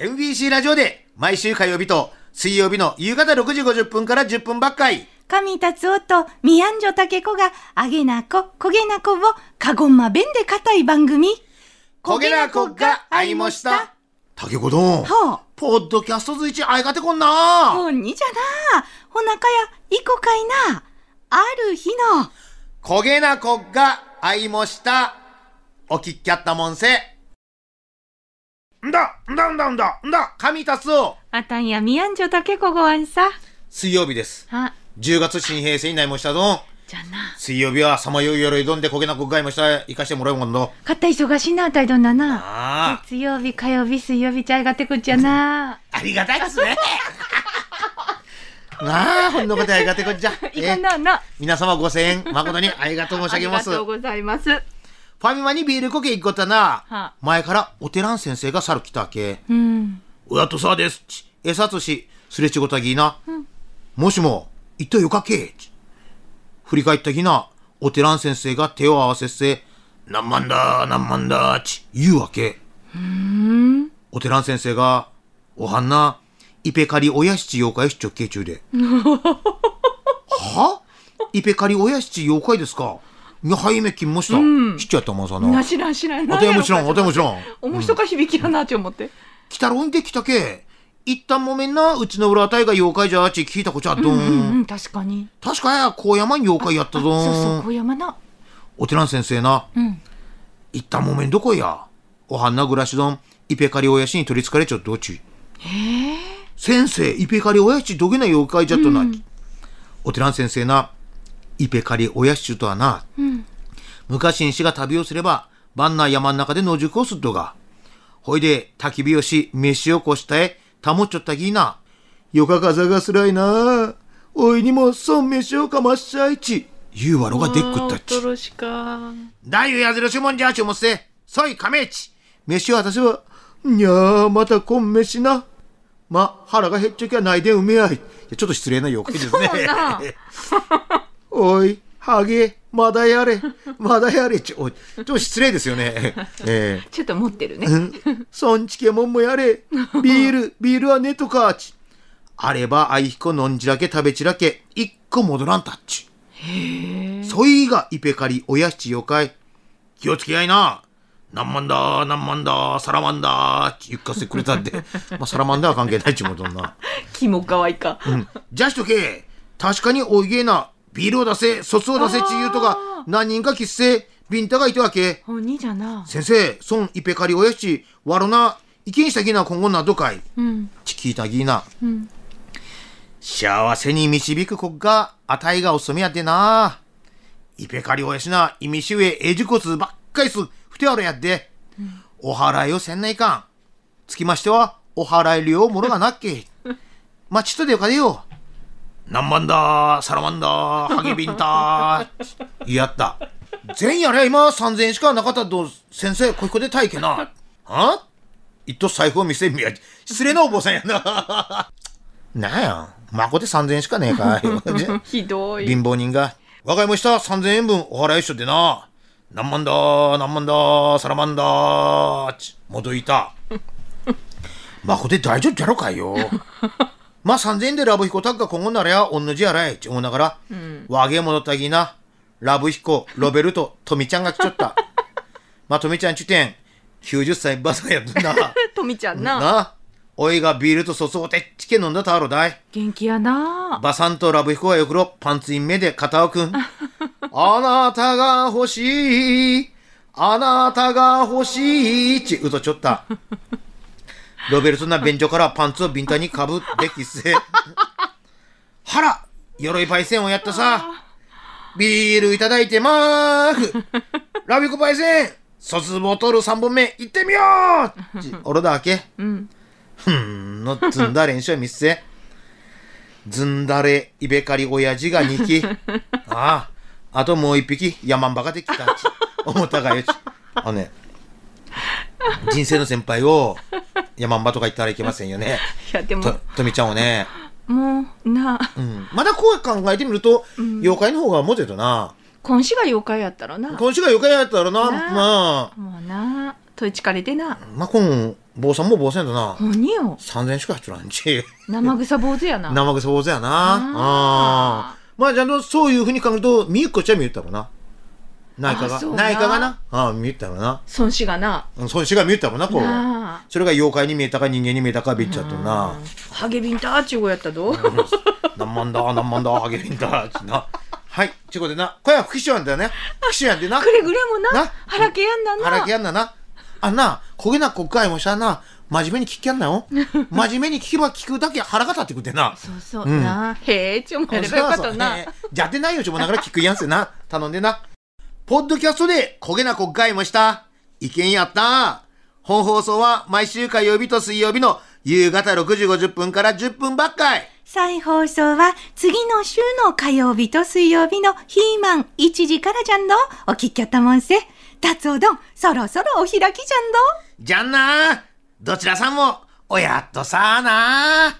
MBC ラジオで毎週火曜日と水曜日の夕方6時50分から10分ばっかり。神達夫とミアンジョタケコが、あげなこ、こげなこを、かごんま弁で固い番組。焦げなこが会いました。。竹子どん。はあポッドキャストずいち会いがてこんな。ほんにじゃな。ほなかや、いこかいな。ある日の、焦げなこが会いました。おきっきゃったもんせ。んだ、んだんだんだ、んだ、神達夫。あたんやミアンジョタケコごあんさ。水曜日です。あ、 10月新平成になりましたどん。じゃな。水曜日はさまよいよろいどんで焦げなこが会いました。行かしてもらうもんの。かった忙しいな、あたいどんなな。あ月曜日、火曜日、水曜日、ちゃいがてこっちゃな。あ、ありがたいですね。なあ、ほんのことありがてこっちゃ。 いかんな、な。皆様ご声援、誠にありがとう申しあ上りげまがす。とフうございます。ァミマにビールこけ行くことな、は前からお寺ん先生が猿来たけ。うん。親とさです。ち餌とし、すれ違ったぎな。もしも、行ったよかけ。ち振り返ったぎな、お寺ん先生が手を合わせっせ、何万だ、何万だ、ち、言うわけ。お寺ん先生が、おはんな、イペカリおやしち妖怪し直径中で。はイペカリおやしち妖怪ですかいや、はいめきました。知っちゃったもんさなな。知らん知らおん。なん手やろもちろん、お手もちろん。面白か響きやなって思って。来たろんで来たけ。一旦もめんな、うちの裏あたいが妖怪じゃあち聞いたこっちゃどん。うんうん、確かに。確かや、高山ん妖怪やったぞん。そうそう、小山な。お寺の先生な、うん。一旦もめんどこや。おはんなぐらしどん、イペカリおやしに取りつかれちゃっどっち。へえ。先生、イペカリおやしどげな妖怪じゃっとな。お寺の先生な、イペカリおやしちゅうとはな、うん。昔に死が旅をすれば、万内山ん中で野宿をすっとが。ほいで、焚き火をし、飯をこしたえ、保っちょったぎいな。よか風がすらいな。おいにも、そん飯をかまっしゃいち。言うわろがでっくったっち。ろしか。だゆやずるしもんじゃちゅうもっせ。そいかめち。飯は私は、にゃー、またこん飯な。ま、腹が減っちゃきゃないでうめやい。いやちょっと失礼な妖怪ですね。そうな おい、ハゲ、まだやれ、まだやれちょ、おいちょっと失礼ですよね。 えちょっと持ってるね。え。そんちけもんもや れ、ビール、ビールはねとかち。あれば、あいひこのんじらけ食べちらけ、一個戻らんたっち。へえ。そいがイペカリ、おやしちよかい。気をつけやいな。何万だ、何万だ、サラマンだ、ち言っかせてくれた んで。まあ、サラマンダは関係ないっちもどんな。気も可愛いか。うんじゃあしとけ。確かにおいげえな。ビールを出せ、卒を出せち言うとがあ、何人か喫せ、ビンタがいたわけ。お兄じゃな。先生、孫イペカリおやし、わろな、意見したぎな今後などかい。うん。ち聞いたぎな。うん。幸せに導く国が、あたいがおすめやてな。イペカリおやしな、意味しうえ、えじこつばっかいす、ふてあるやって。お払いをせんないかん。つきましては、お払い料ものがなっけ。まあ、ちっとでよかでよ。何万だ、サラマンダ、ハゲビンタ、やった。全やりゃ今3000円しかなかったどう、先生、ここで体験な。は一等財布を見せみや、失礼なお坊さんやな。 なんや、まこで3000円しかねえかい。ひどい。貧乏人が、我が家もした3000円分お払いしとってな。何万だ、何万だ、サラマンダ、ち、戻いた。まこで大丈夫じゃろかいよ。まあ3000円でラブヒコタッグが今後ならや、おんのじやらい、ち思いながら、和芸戻ったぎな、ラブヒコ、ロベルト、トミちゃんが来ちょった。まあトミちゃんちゅてん、90歳ばさやったな。とみちゃんな。な、おいがビールとそそをてっちけ飲んだたろだい。元気やな。バサンとラブヒコはよくろ、パンツイン目で片尾くん。あなたが欲しい、あなたが欲しい、ち、うとちょった。ロベルトな便所からパンツをビンタにかぶってきせ。はら、鎧パイセンをやったさ。ビールいただいてまーく。ラビコパイセン、卒ボトル3本目、行ってみようち、おろだわけ。うん。ふんのずんだ練習見せ。ずんだれ、イベカリ親父が2匹。 ああ、あともう1匹、ヤマンバができた。思ったがよち。あのね、人生の先輩を、ヤマンバとか言ったらいけませんよね。いや、とでも、、とみちゃんをね。もう、な、うん。まだこう考えてみると、妖怪の方がモテたな。今週が妖怪やったらな。今週が妖怪やったらな、なあまあ、もうな、といちかれてな。まあ、今、坊さんも坊さんやとな。ほによ3000しかやっとらんち。生臭坊主やな生臭坊主やな。あああ。まあ、じゃあ、そういうふうに考えると、みゆっこちゃん見ゆったもんな。内科あそうが。な内科がな。ああ、見ゆったもんな。孫子がなうんそういう死が見ゆったもんな、こう。なあそれが妖怪に見えたか人間に見えたかべっちゃったな。ハゲビンターチューやったど なんまんだ、なんまんだ、ハゲビンだ、ちな。はい、ちゅうことでな、これは復讐なんだよね。復讐やんでな。くれぐれもなな腹毛やんだな腹気やんだな。あんな、焦げな国会もしゃあな、真面目に聞きやんな よ。真面目に聞けば聞くだけ腹が立ってくってな。そうそう、うんなへえちょもやればよかったなそうそうねじゃてないよ、ちゅうもながら聞くやんせな。頼んでな。ポッドキャストで焦げな国会もした。意見やった。本放送は毎週火曜日と水曜日の夕方6時50分から10分ばっかい。再放送は次の週の火曜日と水曜日のヒーマン1時からじゃんどお聞きやったもんせ達おどんそろそろお開きじゃんどじゃんなどちらさんも、おやっとさあな